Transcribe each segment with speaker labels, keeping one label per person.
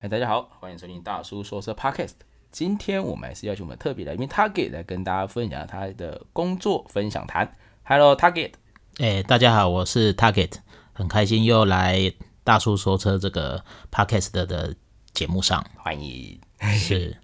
Speaker 1: 哎，大家好，欢迎收听大叔说车 Podcast。今天我们还是邀请我们的特别来宾 Target 来跟大家分享他的工作分享谈。Hello Target，
Speaker 2: 哎、大家好，我是 Target，很开心又来大叔说车这个 podcast 的的节目上。
Speaker 1: 欢迎。
Speaker 2: 是，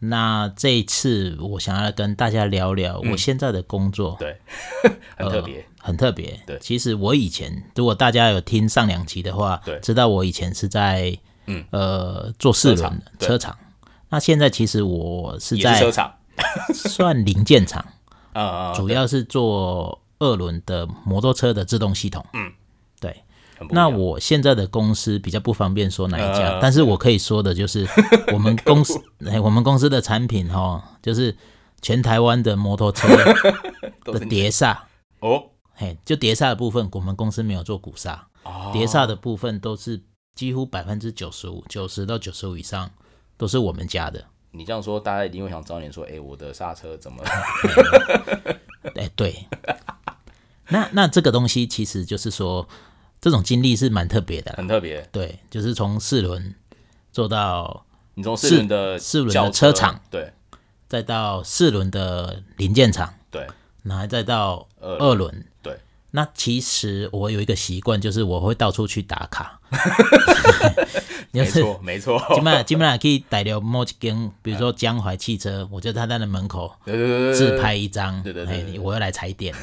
Speaker 2: 那这一次我想要跟大家聊聊我现在的工作，呃
Speaker 1: 对，嗯很特别。
Speaker 2: 很特别。
Speaker 1: 对
Speaker 2: 其实我以前如果大家有听上两集的话，
Speaker 1: 对
Speaker 2: 知道我以前是在
Speaker 1: 嗯
Speaker 2: 呃做四
Speaker 1: 车厂
Speaker 2: 轮
Speaker 1: 对
Speaker 2: 的车厂，那现在其实我呃是
Speaker 1: 也是车
Speaker 2: 在
Speaker 1: 厂，
Speaker 2: 算零件厂。
Speaker 1: 嗯嗯，
Speaker 2: 主要是做二轮的摩托车的制动系统。嗯，对。
Speaker 1: 很不一
Speaker 2: 那
Speaker 1: 样
Speaker 2: 我现在的公司比较不方便说哪一家，
Speaker 1: 呃
Speaker 2: 但是我可以说的就是 我们公司，哎，我们公司的产品哈，就是全台湾的摩托车
Speaker 1: 都
Speaker 2: 的
Speaker 1: 是你
Speaker 2: 碟刹，
Speaker 1: 哦，
Speaker 2: 嘿，就碟刹的部分，我们公司没有做鼓刹，
Speaker 1: 哦
Speaker 2: 碟刹的部分都是几乎百分之九十五、九十到九十五以上都是我们家的。
Speaker 1: 你这样说，大家一定会想找你说，哎，我的刹车怎么？
Speaker 2: 哎、对。 那那这个东西其实就是说，这种经历是蛮特别的啦。
Speaker 1: 很特别。
Speaker 2: 对，就是从四轮做到，
Speaker 1: 你从四轮的
Speaker 2: 四轮的
Speaker 1: 轿
Speaker 2: 车厂，
Speaker 1: 对
Speaker 2: 再到四轮的零件厂，
Speaker 1: 对，
Speaker 2: 然后再到
Speaker 1: 二
Speaker 2: 二轮。
Speaker 1: 对，
Speaker 2: 那其实我有一个习惯，就是我会到处去打 卡。 就
Speaker 1: 没
Speaker 2: 是
Speaker 1: 错没错，
Speaker 2: 基本上基本上可以逮到某一间，比如说江淮汽车，我就他在那门口
Speaker 1: 对对对对
Speaker 2: 自拍一张，
Speaker 1: 对对对对
Speaker 2: 哎我又来踩点 了。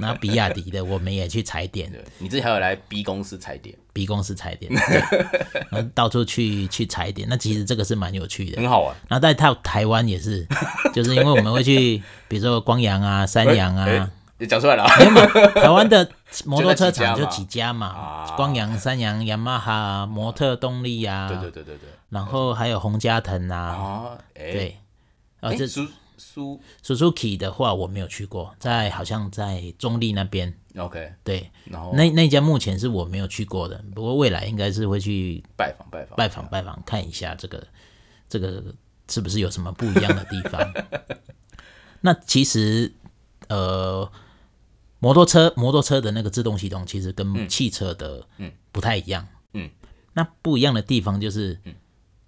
Speaker 2: 然后比亚迪的我们也去踩点，
Speaker 1: 对，你之前还有来 B 公司踩点，
Speaker 2: B 公司踩点，对然后到处去去踩点，那其实这个是蛮有趣的。
Speaker 1: 很好玩。
Speaker 2: 然后再到台湾 也是，就是因为我们会去，比如说光阳啊、三阳
Speaker 1: 哎
Speaker 2: 啊，，
Speaker 1: 也讲出来了啊，
Speaker 2: 台湾的摩托车厂
Speaker 1: 就
Speaker 2: 就
Speaker 1: 那几
Speaker 2: 几家嘛
Speaker 1: 啊，
Speaker 2: 光阳、三阳、雅马哈、摩特动力啊，
Speaker 1: 对对对对对。
Speaker 2: 然后还有洪家腾啊，
Speaker 1: 啊，哎，
Speaker 2: 对，啊
Speaker 1: 哎，
Speaker 2: 这
Speaker 1: 苏苏
Speaker 2: Suzuki 的话我没有去过，在好像在中立那边，
Speaker 1: ，OK，
Speaker 2: 对，
Speaker 1: 然后
Speaker 2: 那那家目前是我没有去过的，不过未来应该是会去
Speaker 1: 拜访拜访
Speaker 2: 拜访拜访，看一下这个这个是不是有什么不一样的地方。 那其实呃，摩托车摩托车的那个制动系统其实跟汽车的不太一样。
Speaker 1: 嗯，
Speaker 2: 那不一样的地方就是，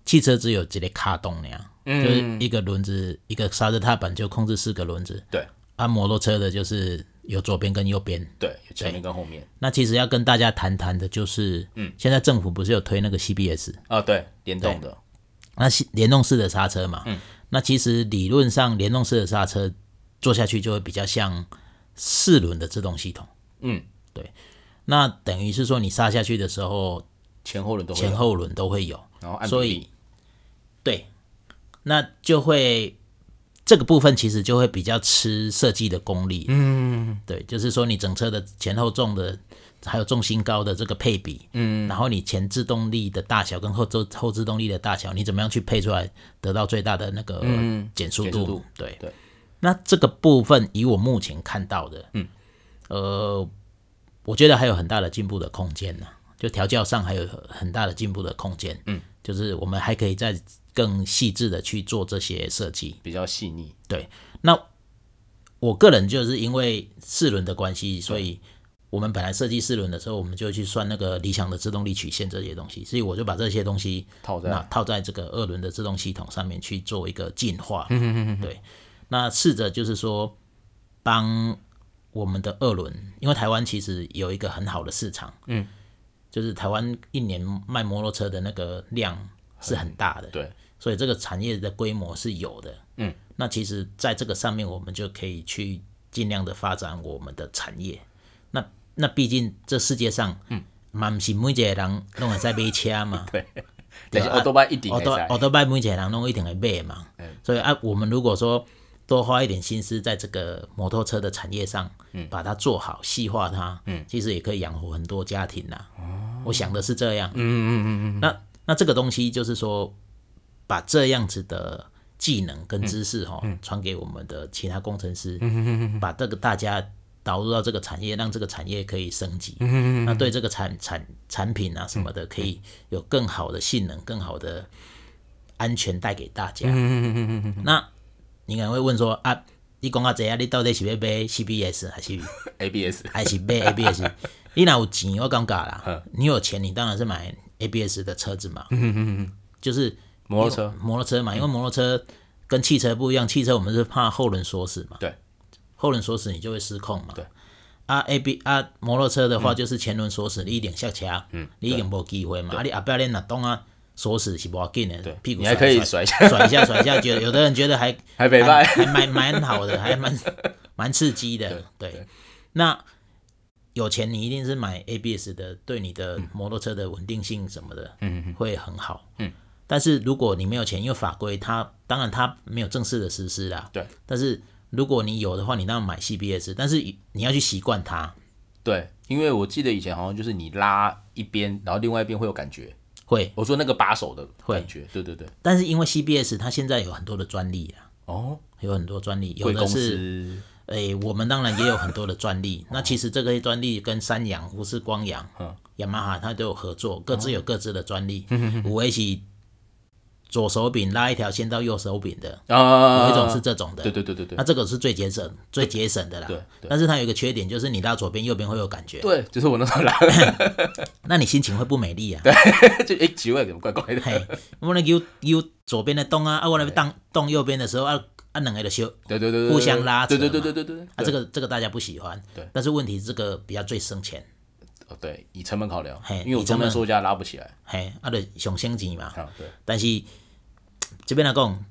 Speaker 2: 汽车只有直接卡动那样，啊
Speaker 1: 嗯
Speaker 2: 就是一个轮子一个刹车踏板就控制四个轮子，
Speaker 1: 对
Speaker 2: 啊，摩托车的就是有左边跟右边。
Speaker 1: 对，有前面跟后面
Speaker 2: 那其实要跟大家谈谈的就是，嗯，现在政府不是有推那个 CBS，
Speaker 1: 啊，对，联动的，
Speaker 2: 那是联动式的刹车嘛，
Speaker 1: 嗯
Speaker 2: 那其实理论上联动式的刹车做下去就会比较像四轮的制动系统，
Speaker 1: 嗯，
Speaker 2: 对，那等于是说你刹下去的时候，
Speaker 1: 前后轮都会
Speaker 2: 前
Speaker 1: 有，
Speaker 2: 后轮都会有，
Speaker 1: 然后按
Speaker 2: 所
Speaker 1: 比
Speaker 2: 以
Speaker 1: 例
Speaker 2: 对，那就会这个部分其实就会比较吃设计的功力，嗯，对，就是说你整车的前后重的还有重心高的这个配比，嗯，然后你前制动力的大小跟后制后制动力的大小，你怎么样去配出来得到最大的那个嗯减速
Speaker 1: 减
Speaker 2: 度？
Speaker 1: 速度
Speaker 2: 对
Speaker 1: 对。
Speaker 2: 那这个部分以我目前看到的，嗯，呃，我觉得还有很大的进步的空间呢、就调教上还有很大的进步的空间，嗯，就是我们还可以再更细致的去做这些设计。
Speaker 1: 比较细腻，
Speaker 2: 对，那我个人就是因为四轮的关系，所以我们本来设计四轮的时候，我们就去算那个理想的制动力曲线这些东西，所以我就把这些东西
Speaker 1: 套在
Speaker 2: 那套在这个二轮的制动系统上面去做一个进化。对，那试着就是说帮我们的二轮，因为台湾其实有一个很好的市场，嗯，就是台湾一年卖摩托车的那个量是很大的，
Speaker 1: 对，
Speaker 2: 所以这个产业的规模是有的。嗯，那其实在这个上面，我们就可以去尽量的发展我们的产业。那那毕竟这世界上，嗯，嘛不是每一个人拢会使买车嘛，
Speaker 1: 对，
Speaker 2: 对
Speaker 1: 但是
Speaker 2: 啊
Speaker 1: 奥多巴一顶
Speaker 2: 奥
Speaker 1: 还
Speaker 2: 多
Speaker 1: 在
Speaker 2: 奥，多拜每一个人拢一定会买嘛。所以啊，我们如果说多花一点心思在这个摩托车的产业上，嗯，把它做好、细化它，嗯，其实也可以养活很多家庭呐、我想的是这样，嗯嗯嗯嗯。那那这个东西就是说，把这样子的技能跟知识哈、传给我们的其他工程师，把这个大家导入到这个产业，让这个产业可以升级，那对这个产产产品啊什么的，可以有更好的性能、更好的安全带给大
Speaker 1: 嗯
Speaker 2: 家。那你可能会问说啊，你讲啊这样，你到底是要买 CBS 还是
Speaker 1: ABS
Speaker 2: 还是买 ABS？你哪有钱？我感觉啦，你有钱，你当然是买 ABS 的车子嘛，
Speaker 1: 嗯嗯嗯，
Speaker 2: 就是
Speaker 1: 摩托车，嗯
Speaker 2: 摩托车嘛，因为摩托车跟汽车不一样，汽车我们是怕后轮锁死嘛，
Speaker 1: 对，
Speaker 2: 后轮锁死你就会失控嘛，
Speaker 1: 对。嗯
Speaker 2: 啊，A B 啊，摩托车的话就是前轮锁死，你一点下车，嗯，你一点无机会嘛。啊，你后壁你若动啊，锁死是无要紧的，屁股
Speaker 1: 你还可以
Speaker 2: 甩
Speaker 1: 甩一下，
Speaker 2: 甩甩一下，甩一下，觉得有的人觉得还
Speaker 1: 还北
Speaker 2: 还
Speaker 1: 拜，
Speaker 2: 还蛮蛮好的，还蛮蛮刺激的。对，那有钱你一定是买 ABS 的，对你的摩托车的稳定性什么的，
Speaker 1: 嗯
Speaker 2: 嗯，会很好。嗯，但是如果你没有钱，因为法规它当然它没有正式的实施啦。
Speaker 1: 对，
Speaker 2: 但是如果你有的话，你当然买 CBS，但是你要去习惯它
Speaker 1: 对，因为我记得以前好像就是你拉一边，然后另外一边会有感觉。
Speaker 2: 会，
Speaker 1: 我说那个把手的感觉，对对对。
Speaker 2: 但是因为 CBS 它现在有很多的专利啊，
Speaker 1: 哦，
Speaker 2: 有很多专利，有
Speaker 1: 贵
Speaker 2: 的
Speaker 1: 公
Speaker 2: 是。
Speaker 1: 司，
Speaker 2: 诶、我们当然也有很多的专利。那其实这个专利跟三洋、不是光洋
Speaker 1: 嗯、哦
Speaker 2: 雅马哈它都有合作，各自有各自的专利。我一起左手柄拉一条线到右手柄的，
Speaker 1: 啊，
Speaker 2: 有一种是这啊种的。
Speaker 1: 对对对对
Speaker 2: 那
Speaker 1: 对
Speaker 2: 这个是最节省、最节省的啦。
Speaker 1: 对对
Speaker 2: 但是它有一个缺点，就是你拉左边、右边会有感觉，
Speaker 1: 对，就是我那时候拉的，
Speaker 2: 那你心情会不美丽啊。
Speaker 1: 就哎奇怪，怎么怪怪的？
Speaker 2: 嘿，我那有有左边的动啊，啊我那边动动右边的时候啊啊两个就修。
Speaker 1: 对对对对，对对对对对对。
Speaker 2: 啊，这个这个大家不喜欢，
Speaker 1: 对
Speaker 2: 但是问题这个比较最省钱，
Speaker 1: 哦对以成本考量，因为我中间售价拉不起来。
Speaker 2: 嘿，啊，就上升钱嘛，
Speaker 1: 啊，对，
Speaker 2: 但是这边来讲，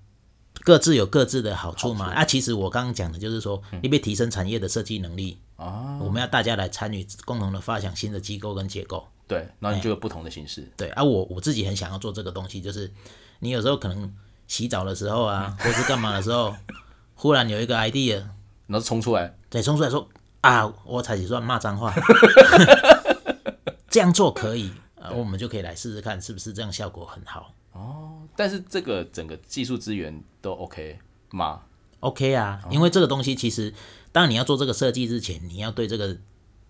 Speaker 2: 各自有各自的好处嗯嘛。啊，其实我刚刚讲的就是说，你被提升产业的设计能力，
Speaker 1: 啊，
Speaker 2: 我们要大家来参与，共同的发想新的机构跟结构。
Speaker 1: 对，然后你就有不同的形式。
Speaker 2: 对啊我，我自己很想要做这个东西，就是你有时候可能洗澡的时候啊，或是干嘛的时 候，忽然有一个 idea，
Speaker 1: 然后冲出来，
Speaker 2: 对，冲出来说啊，我才几算骂脏 话，这样做可以，啊，我们就可以来试试看，是不是这样效果很好
Speaker 1: 但是这个整个技术资源都 OK 吗？
Speaker 2: ？OK 啊，
Speaker 1: 哦
Speaker 2: 因为这个东西其实，当你要做这个设计之前，你要对这个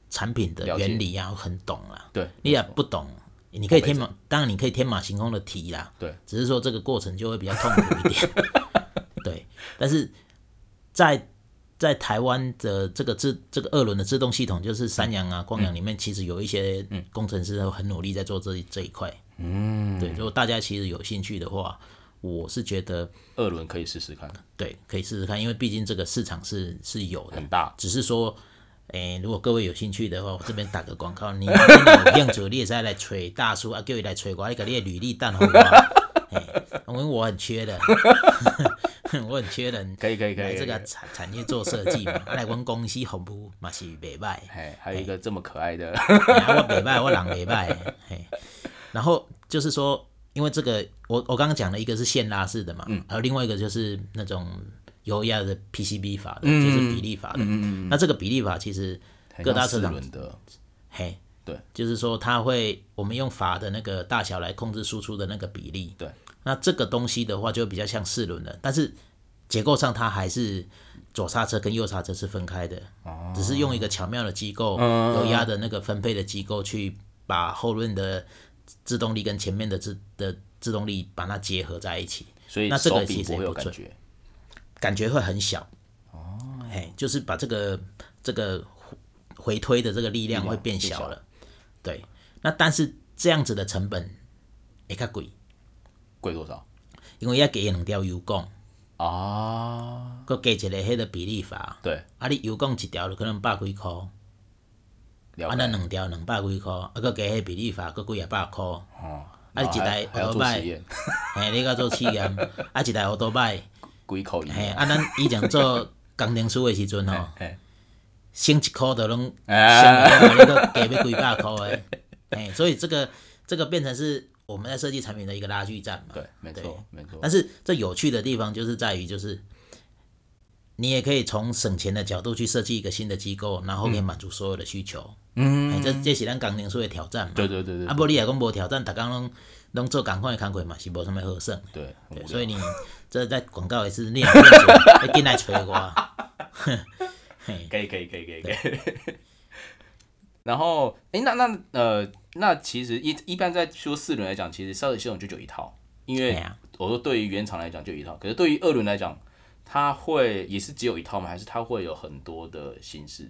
Speaker 2: 产品的
Speaker 1: 了解
Speaker 2: 原理啊很懂啦。
Speaker 1: 对，
Speaker 2: 你也不懂，你可以天马，当然你可以天马行空的提啦，
Speaker 1: 对，
Speaker 2: 只是说这个过程就会比较痛苦 一点。 对，但是在在台湾的这个自这个二轮的自动系统，就是三洋
Speaker 1: 嗯
Speaker 2: 啊、光洋里面，其实有一些工程师很努力在做这一这一块。嗯，对，如果大家其实有兴趣的话，我是觉得
Speaker 1: 二轮可以试试看，
Speaker 2: 对，可以试试看，因为毕竟这个市场是是有的
Speaker 1: 很，大。
Speaker 2: 只是说。诶、如果各位有兴趣的话，我这边打个广告，你你 有用者，你也是来吹大叔啊，叫伊来吹我，你把你的履历蛋好我， 诶、因为我很缺人， 我很缺人，
Speaker 1: 可以可以可
Speaker 2: 来
Speaker 1: 以，
Speaker 2: 这个产产业做设计嘛， 啊来阮公司服务嘛是袂歹，
Speaker 1: 哎，还有一个这么可爱的，
Speaker 2: 嘿啊我袂歹，我人袂歹，嘿。然后就是说，因为这个我我刚刚讲的一个是线拉式的嘛，还有另外一个就是那种油压的 PCB 法的，就是比例法的。那这个比例法其实 各大车
Speaker 1: 四
Speaker 2: 厂
Speaker 1: 轮的，
Speaker 2: 嘿，
Speaker 1: 对，
Speaker 2: 就是说它会我们用阀的那个大小来控制输出的那个比例。
Speaker 1: 对，
Speaker 2: 那这个东西的话就比较像四轮的，但是结构上它还是左刹车跟右刹车是分开的，只是用一个巧妙的机构，油压的那个分配的机构去把后轮的制动力跟前面的制的制动力把它结合在一起，
Speaker 1: 所以
Speaker 2: 那这
Speaker 1: 手
Speaker 2: 个
Speaker 1: 柄
Speaker 2: 其实
Speaker 1: 不
Speaker 2: 也
Speaker 1: 会有
Speaker 2: 不
Speaker 1: 感
Speaker 2: 准
Speaker 1: 觉。
Speaker 2: 感觉会很小。哦，嘿，就是把这个这个回回推的这个力量会变小了。对，那但是这样子的成本也较贵，
Speaker 1: 贵多少
Speaker 2: 因为要给两条油供，
Speaker 1: 啊？
Speaker 2: 佮加一个迄个比例法，
Speaker 1: 对，
Speaker 2: 啊，你油供一条就可能百几箍，
Speaker 1: 了
Speaker 2: 啊，
Speaker 1: 解。
Speaker 2: 咱两条两百几箍，啊，佮加迄比例法，佮几啊百箍。
Speaker 1: 哦，
Speaker 2: 啊
Speaker 1: 然后
Speaker 2: 一台
Speaker 1: 还还要做实验，
Speaker 2: 嘿，你佮做试验，啊，一台奥多摆，
Speaker 1: 几口一
Speaker 2: 嘿，啊，咱以前做工程师的时阵吼。
Speaker 1: 哎，
Speaker 2: 省一箍都拢
Speaker 1: 哎
Speaker 2: 省了，那个给要几百箍诶，哎，所以这个这个变成是我们在设计产品的一个拉锯战嘛。
Speaker 1: 对，没
Speaker 2: 对
Speaker 1: 错没错。
Speaker 2: 但是这有趣的地方就是在于，就是你也可以从省钱的角度去设计一个新的机构，然后可以满足所有的需求。
Speaker 1: 嗯，
Speaker 2: 哎，这这是咱工程师的挑战嘛。
Speaker 1: 对对对对
Speaker 2: 啊，无你也讲无挑战，逐工拢拢做共款的工课嘛，是无什么好耍的。
Speaker 1: 哦对很无
Speaker 2: 对，
Speaker 1: 聊，
Speaker 2: 所以你这在广告也是练练出来， 要进来催我。嘿
Speaker 1: 可以可以可以可以可以。 然后，哎，那那呃，那其实一一般在说四轮来讲，其实烧水系统就只有一套，因
Speaker 2: 哎
Speaker 1: 为
Speaker 2: 呀，
Speaker 1: 我说 对于原厂来讲就一套，可是对于二轮来讲，它会也是只有一套吗？还是它会有很多的形式？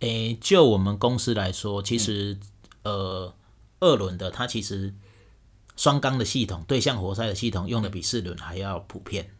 Speaker 2: 诶、就我们公司来说，其实、呃，二轮的它其实双缸的系统，对向活塞的系统用的比四轮还要普遍，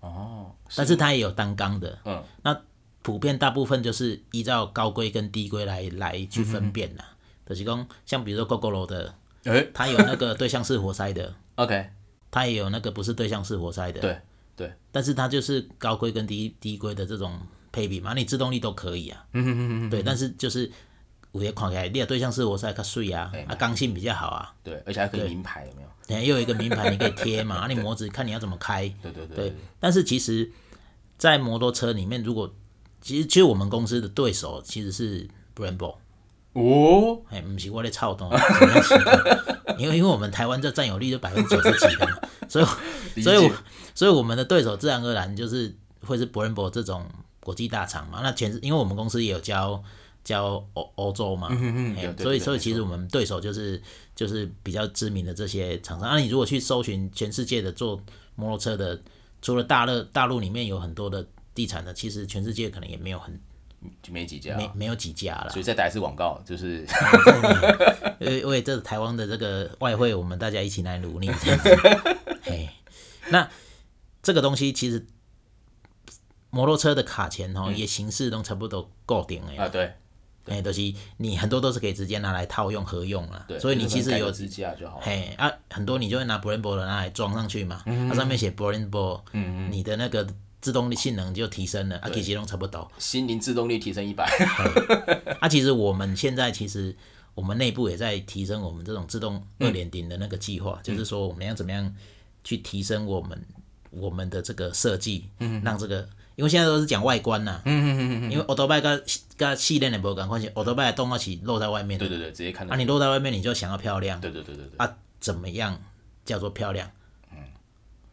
Speaker 1: 哦，
Speaker 2: 但是它也有单缸的。
Speaker 1: 嗯，
Speaker 2: 那普遍大部分就是依照高规跟低规来来去分辨
Speaker 1: 嗯
Speaker 2: 啦。就是讲，像比如说 g o g o 的，
Speaker 1: 哎、
Speaker 2: 它有那个对向式活塞 的，
Speaker 1: o k
Speaker 2: 它也有那个不是对向式活塞的。
Speaker 1: 对对，
Speaker 2: 但是它就是高规跟低低规的这种配比嘛，你制动力都可以啊。嗯嗯嗯对，但是就是有些看起来，你的对象是活塞较水啊，啊刚性比较好啊，
Speaker 1: 对，而且还可以名牌，有没有？
Speaker 2: 等下又有一个名牌你可以贴 嘛，啊你模子看你要怎么开。
Speaker 1: 对对对
Speaker 2: 对，但是其实，在摩托车里面，如果其实其实我们公司的对手其实是 Brembo，
Speaker 1: 哦，
Speaker 2: 哎，不是我在操动，怎么样奇怪因为因为我们台湾这占有率就百分之九十几了嘛，所以
Speaker 1: 理
Speaker 2: 所以我
Speaker 1: 解
Speaker 2: 所以我们的对手自然而然就是会是博伦博这种国际大厂嘛。那全是因为我们公司也有教教欧欧洲嘛，
Speaker 1: 嗯嗯
Speaker 2: 嘿
Speaker 1: 对对
Speaker 2: 所以
Speaker 1: 对
Speaker 2: 所以
Speaker 1: 没
Speaker 2: 其实我们对手就是就是比较知名的这些厂商。那、你如果去搜寻全世界的做摩托车的，除了大陆大陆里面有很多的地产的，其实全世界可能也没有很
Speaker 1: 就没几家啊、
Speaker 2: 没没有几家啦。
Speaker 1: 所以再打一次广告，就是
Speaker 2: 为为这台湾的这个外汇，我们大家一起来努力。这样子 嘿，那这个东西其实摩托车的卡钳哦，也形式都差不多固定的
Speaker 1: 嗯啊，对
Speaker 2: 哎，都、就是你很多都是可以直接拿来套用合用了
Speaker 1: 对，，
Speaker 2: 所以你
Speaker 1: 就是
Speaker 2: 其
Speaker 1: 盖
Speaker 2: 实
Speaker 1: 个
Speaker 2: 有
Speaker 1: 支架就好了。
Speaker 2: 嘿啊，很多你就会拿 b r a n b o 的拿来装上去嘛，它、
Speaker 1: 嗯
Speaker 2: 上面写 b r a n b o 嗯嗯，你的那个自动力性能就提升了，啊，其实都差不多。
Speaker 1: 心灵制动力提升一百，
Speaker 2: 啊，其实我们现在其实我们内部也在提升我们这种自动
Speaker 1: 嗯
Speaker 2: 二点零的那个计划，就是说我们要怎么样去提升我们我们的这个设计，嗯，让这个。因为现在都是讲外观呐、嗯嗯嗯因为 a u t o b i 跟跟系列的不赶快去 a u t o b i 动画起露在外面，
Speaker 1: 对对对，直接看到
Speaker 2: 啊，，你露在外面你就想要漂亮，
Speaker 1: 对对对对对，
Speaker 2: 啊，怎么样叫做漂亮？
Speaker 1: 嗯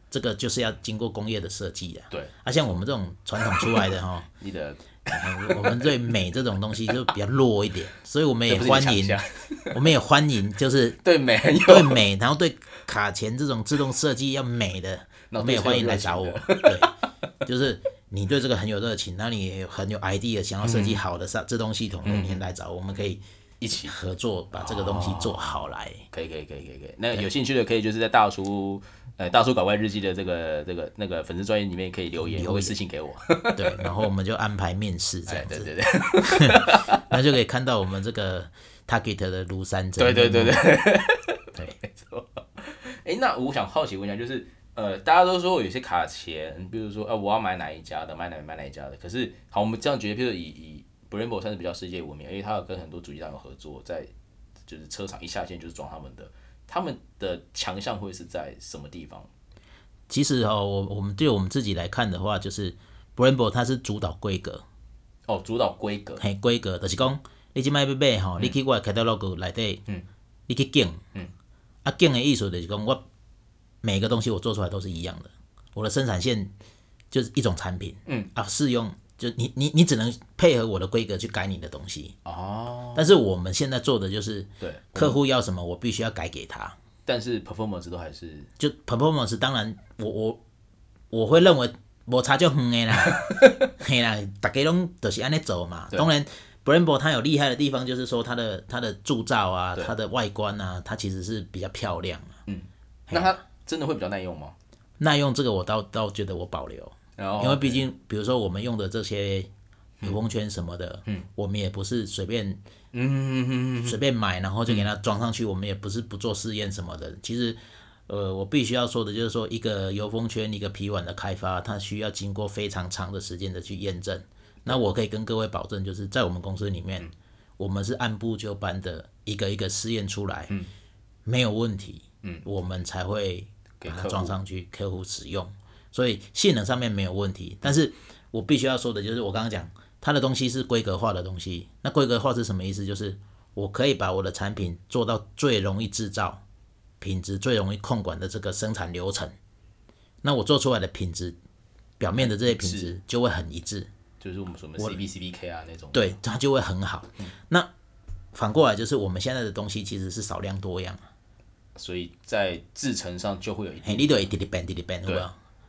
Speaker 2: 这个就是要经过工业的设计的，
Speaker 1: 对，
Speaker 2: 啊，像我们这种传统出来的哈，
Speaker 1: 你的
Speaker 2: 我们对美这种东西就比较弱一点，所以我们也
Speaker 1: 这不是
Speaker 2: 欢
Speaker 1: 你
Speaker 2: 迎
Speaker 1: 的强，
Speaker 2: 我们也欢迎，就是
Speaker 1: 对美很有
Speaker 2: 对美，然后对卡钳这种自动设计要美的，
Speaker 1: 那
Speaker 2: 我
Speaker 1: 我
Speaker 2: 们也欢迎来
Speaker 1: 对这个
Speaker 2: 找我
Speaker 1: 有。
Speaker 2: 对，就是你对这个很有热情，那你也很有 idea，想要设计好的上自动系统，你也来找我，我们可以
Speaker 1: 嗯一起，
Speaker 2: 合作把这个东西做好来。
Speaker 1: 可以可以可以可以可以，那有兴趣的可以就是在大叔呃大叔搞怪日记的这个这个那个粉丝专业里面可以留言，或者私信给 我，
Speaker 2: 对，然后我们就安排面试这
Speaker 1: 对
Speaker 2: 样
Speaker 1: 哎对
Speaker 2: 子，
Speaker 1: 对对
Speaker 2: 那就可以看到我们这个 target 的庐山 真
Speaker 1: 对对对
Speaker 2: 面目
Speaker 1: 对。
Speaker 2: 对，
Speaker 1: 哎、那我想好奇问一下，就是呃，大家都说有些卡钳，比如说，呃，我要买哪一家的，买哪买哪一家的。可是，好，我们这样觉得，比如说以以 Brembo 算是比较世界闻名，因为它有跟很多主机厂有合作，在就是车厂一下线就是装他们的，他们的强项会是在什么地方？
Speaker 2: 其实哦，我我们对我们自己来看的话，就是 Brembo 它是主导规格，
Speaker 1: 哦，主导规格，
Speaker 2: 嘿，规格就是讲你即摆要买吼，你去我的 catalog 内底，嗯，你去拣，嗯，啊拣的意思就是讲我每个东西我做出来都是一样的，我的生产线就是一种产品，嗯，啊适用就你你你只能配合我的规格去改你的东西，
Speaker 1: 哦，
Speaker 2: 但是我们现在做的就是
Speaker 1: 对，
Speaker 2: 客户要什么，我必须要改给他，
Speaker 1: 但是 performance 都还是
Speaker 2: 就 performance 当然我我我会认为无差就远的啦，嘿啦，大家拢都是安尼走嘛。当然 b r a m b o 它有厉害的地方，就是说它的它的铸造啊，它的外观啊，它其实是比较漂亮啊。
Speaker 1: 那它真的会比较耐用吗？
Speaker 2: 耐用这个我倒倒觉得我保留，
Speaker 1: 然后
Speaker 2: 因为毕竟比如说我们用的这些有风圈什么的，嗯，我们也不是随便
Speaker 1: 嗯，
Speaker 2: 随便买，然后就给它装上去。我们也不是不做试验什么的。其实，呃，我必须要说的就是说，一个油封圈、一个皮碗的开发，它需要经过非常长的时间的去验证。那我可以跟各位保证，就是在我们公司里面，我们是按部就班的一个一个试验出来，没有问题，嗯，我们才会
Speaker 1: 给
Speaker 2: 把它
Speaker 1: 客
Speaker 2: 啊装上去客户使用。所以性能上面没有问题，但是我必须要说的就是，我刚刚讲它的东西是规格化的东西。那规格化是什么意思？就是我可以把我的产品做到最容易制造、品质最容易控管的这个生产流程。那我做出来的品质，表面的这些品质就会很一致，
Speaker 1: 就是我们什么 CB CBK 啊那种，
Speaker 2: 对，它就会很好。
Speaker 1: 嗯
Speaker 2: 那反过来就是我们现在的东西其实是少量多样，
Speaker 1: 所以在制成上就会有一
Speaker 2: 嘿，
Speaker 1: 定
Speaker 2: 你都会直直变直直变，有无？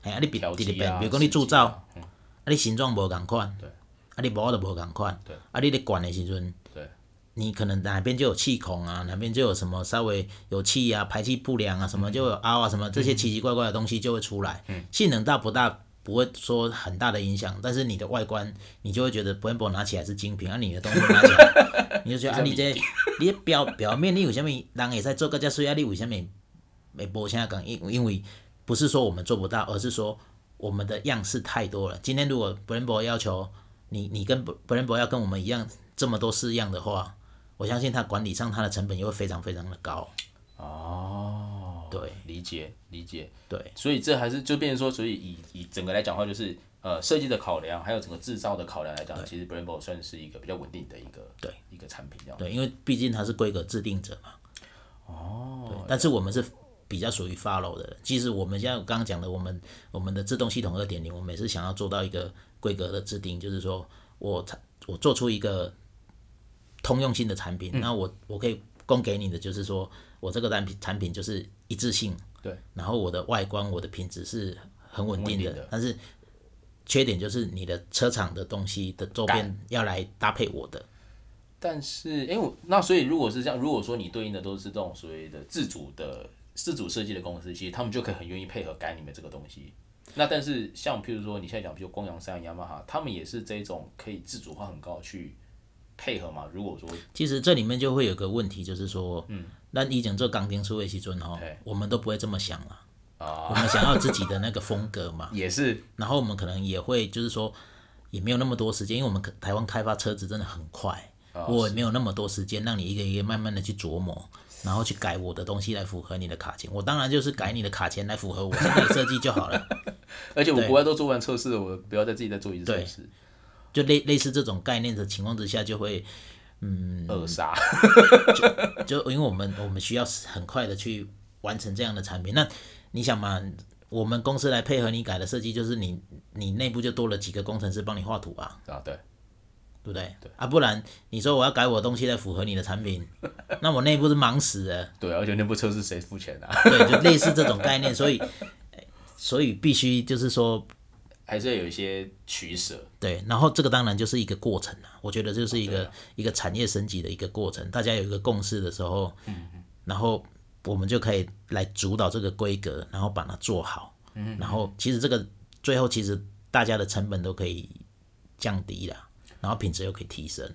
Speaker 2: 嘿，啊，你直
Speaker 1: 调
Speaker 2: 直直
Speaker 1: 剂
Speaker 2: 变，
Speaker 1: 啊，
Speaker 2: 比如讲你铸
Speaker 1: 设计
Speaker 2: 造。
Speaker 1: 啊，
Speaker 2: 啊，你形状无共款，
Speaker 1: 对
Speaker 2: 啊，你毛都无共款
Speaker 1: 对，
Speaker 2: 啊，你咧管的时阵，
Speaker 1: 对，
Speaker 2: 你可能哪边就有气孔啊，哪边就有什么稍微有气啊、排气不良啊，什么就有凹啊，什么这些奇奇怪怪的东西就会出来。性能大不大？不会说很大的影响，但是你的外观，你就会觉得 Brembo 拿起来是精品，啊，你的东西拿起来，你就觉得啊，你这你的表表面你为什么人会使做个遮水啊？你为什么没无啥讲？因因为不是说我们做不到，而是说我们的样式太多了。今天如果 Brembo 要求你，你跟 Brembo 要跟我们一样这么多式样的话，我相信它管理上它的成本也会非常非常的高。
Speaker 1: 哦，
Speaker 2: 对，
Speaker 1: 理解理解。
Speaker 2: 对，
Speaker 1: 所以这还是就变成说，所以以以整个来讲的话，就是呃设计的考量，还有整个制造的考量来讲，其实 Brembo 算是一个比较稳定的一个
Speaker 2: 对
Speaker 1: 一个产品这样。
Speaker 2: 对，因为毕竟它是规格制定者嘛。
Speaker 1: 哦，
Speaker 2: 对，但是我们是比较属于 follow 的人。其实我们现在刚刚讲的，我们我们的自动系统二点零，我们也是想要做到一个规格的制定，就是说我产我做出一个通用性的产
Speaker 1: 嗯
Speaker 2: 品，那我我可以供给你的就是说我这个产品产品就是一致性，
Speaker 1: 对，
Speaker 2: 然后我的外观我的品质是很稳定
Speaker 1: 很
Speaker 2: 的，
Speaker 1: 稳定的
Speaker 2: 但是。缺点就是你的车厂的东西的周边要来搭配我的，
Speaker 1: 但是哎、诶我那所以如果是这样，如果说你对应的都是这种所谓的自主的自主设计的公司，其实他们就可以很愿意配合改你们这个东西。那但是像譬如说你现在讲，比如光阳山、雅马哈，他们也是这种可以自主化很高去配合嘛。如果说
Speaker 2: 其实这里面就会有个问题，就是说，嗯，那以前做钢钉出位时阵吼
Speaker 1: 嘿，
Speaker 2: 我们都不会这么想了，
Speaker 1: 啊、，
Speaker 2: 我们想要自己的那个风格嘛
Speaker 1: 也是
Speaker 2: 然后我们可能也会就是说，也没有那么多时间，因为我们可台湾开发车子真的很快，
Speaker 1: 啊
Speaker 2: 我也没有那么多时间让你一个一个慢慢的去琢磨，然后去改我的东西来符合你的卡钳，我当然就是改你的卡钳来符合我现在的设计就好了。
Speaker 1: 而且我
Speaker 2: 对
Speaker 1: 国外都做完测试了，我不要再自己再做一次测试，
Speaker 2: 就类类似这种概念的情况之下，就会
Speaker 1: 扼杀。
Speaker 2: 就因为我们我们需要很快的去完成这样的产品。那你想嘛，我们公司来配合你改的设计，就是你你内部就多了几个工程师帮你画图啊，
Speaker 1: 啊，对，
Speaker 2: 对不对？啊，不然你说我要改我的东西来符合你的产品， 那我内部是忙死的。
Speaker 1: 对，啊而且那部测试谁付钱啊？
Speaker 2: 对，就类似这种概念，所以所以必须就是说
Speaker 1: 还是要有一些取舍。
Speaker 2: 对，然后这个当然就是一个过程啊，我觉得
Speaker 1: 哦
Speaker 2: 就是一个、一个产业升级的一个过程，大家有一个共识的时候，
Speaker 1: 嗯
Speaker 2: 然后我们就可以来主导这个规格，然后把它做好，
Speaker 1: 嗯
Speaker 2: 然后其实这个最后其实大家的成本都可以降低了，然后品质又可以提升，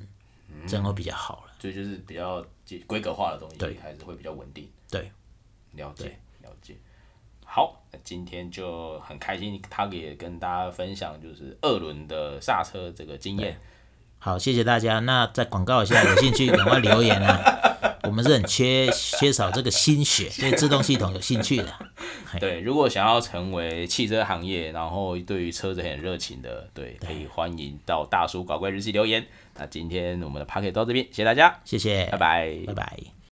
Speaker 2: 这样会比较好了。
Speaker 1: 所以就是比较规格化的东西，还是会比较稳定。
Speaker 2: 对，
Speaker 1: 了解，了解。好，那今天就很开心，他也跟大家分享就是二轮的刹车这个经验。
Speaker 2: 好，谢谢大家。那再广告一下，有兴趣赶快留言啊，我们是很缺缺少这个心血，对自动系统有兴趣的。
Speaker 1: 对，如果想要成为汽车行业，然后对于车子很热情的，对，可以欢迎到大叔搞怪日记留言。那今天我们的 p a c k e t 到这边，谢谢大家，
Speaker 2: 谢谢，
Speaker 1: 拜拜
Speaker 2: 拜拜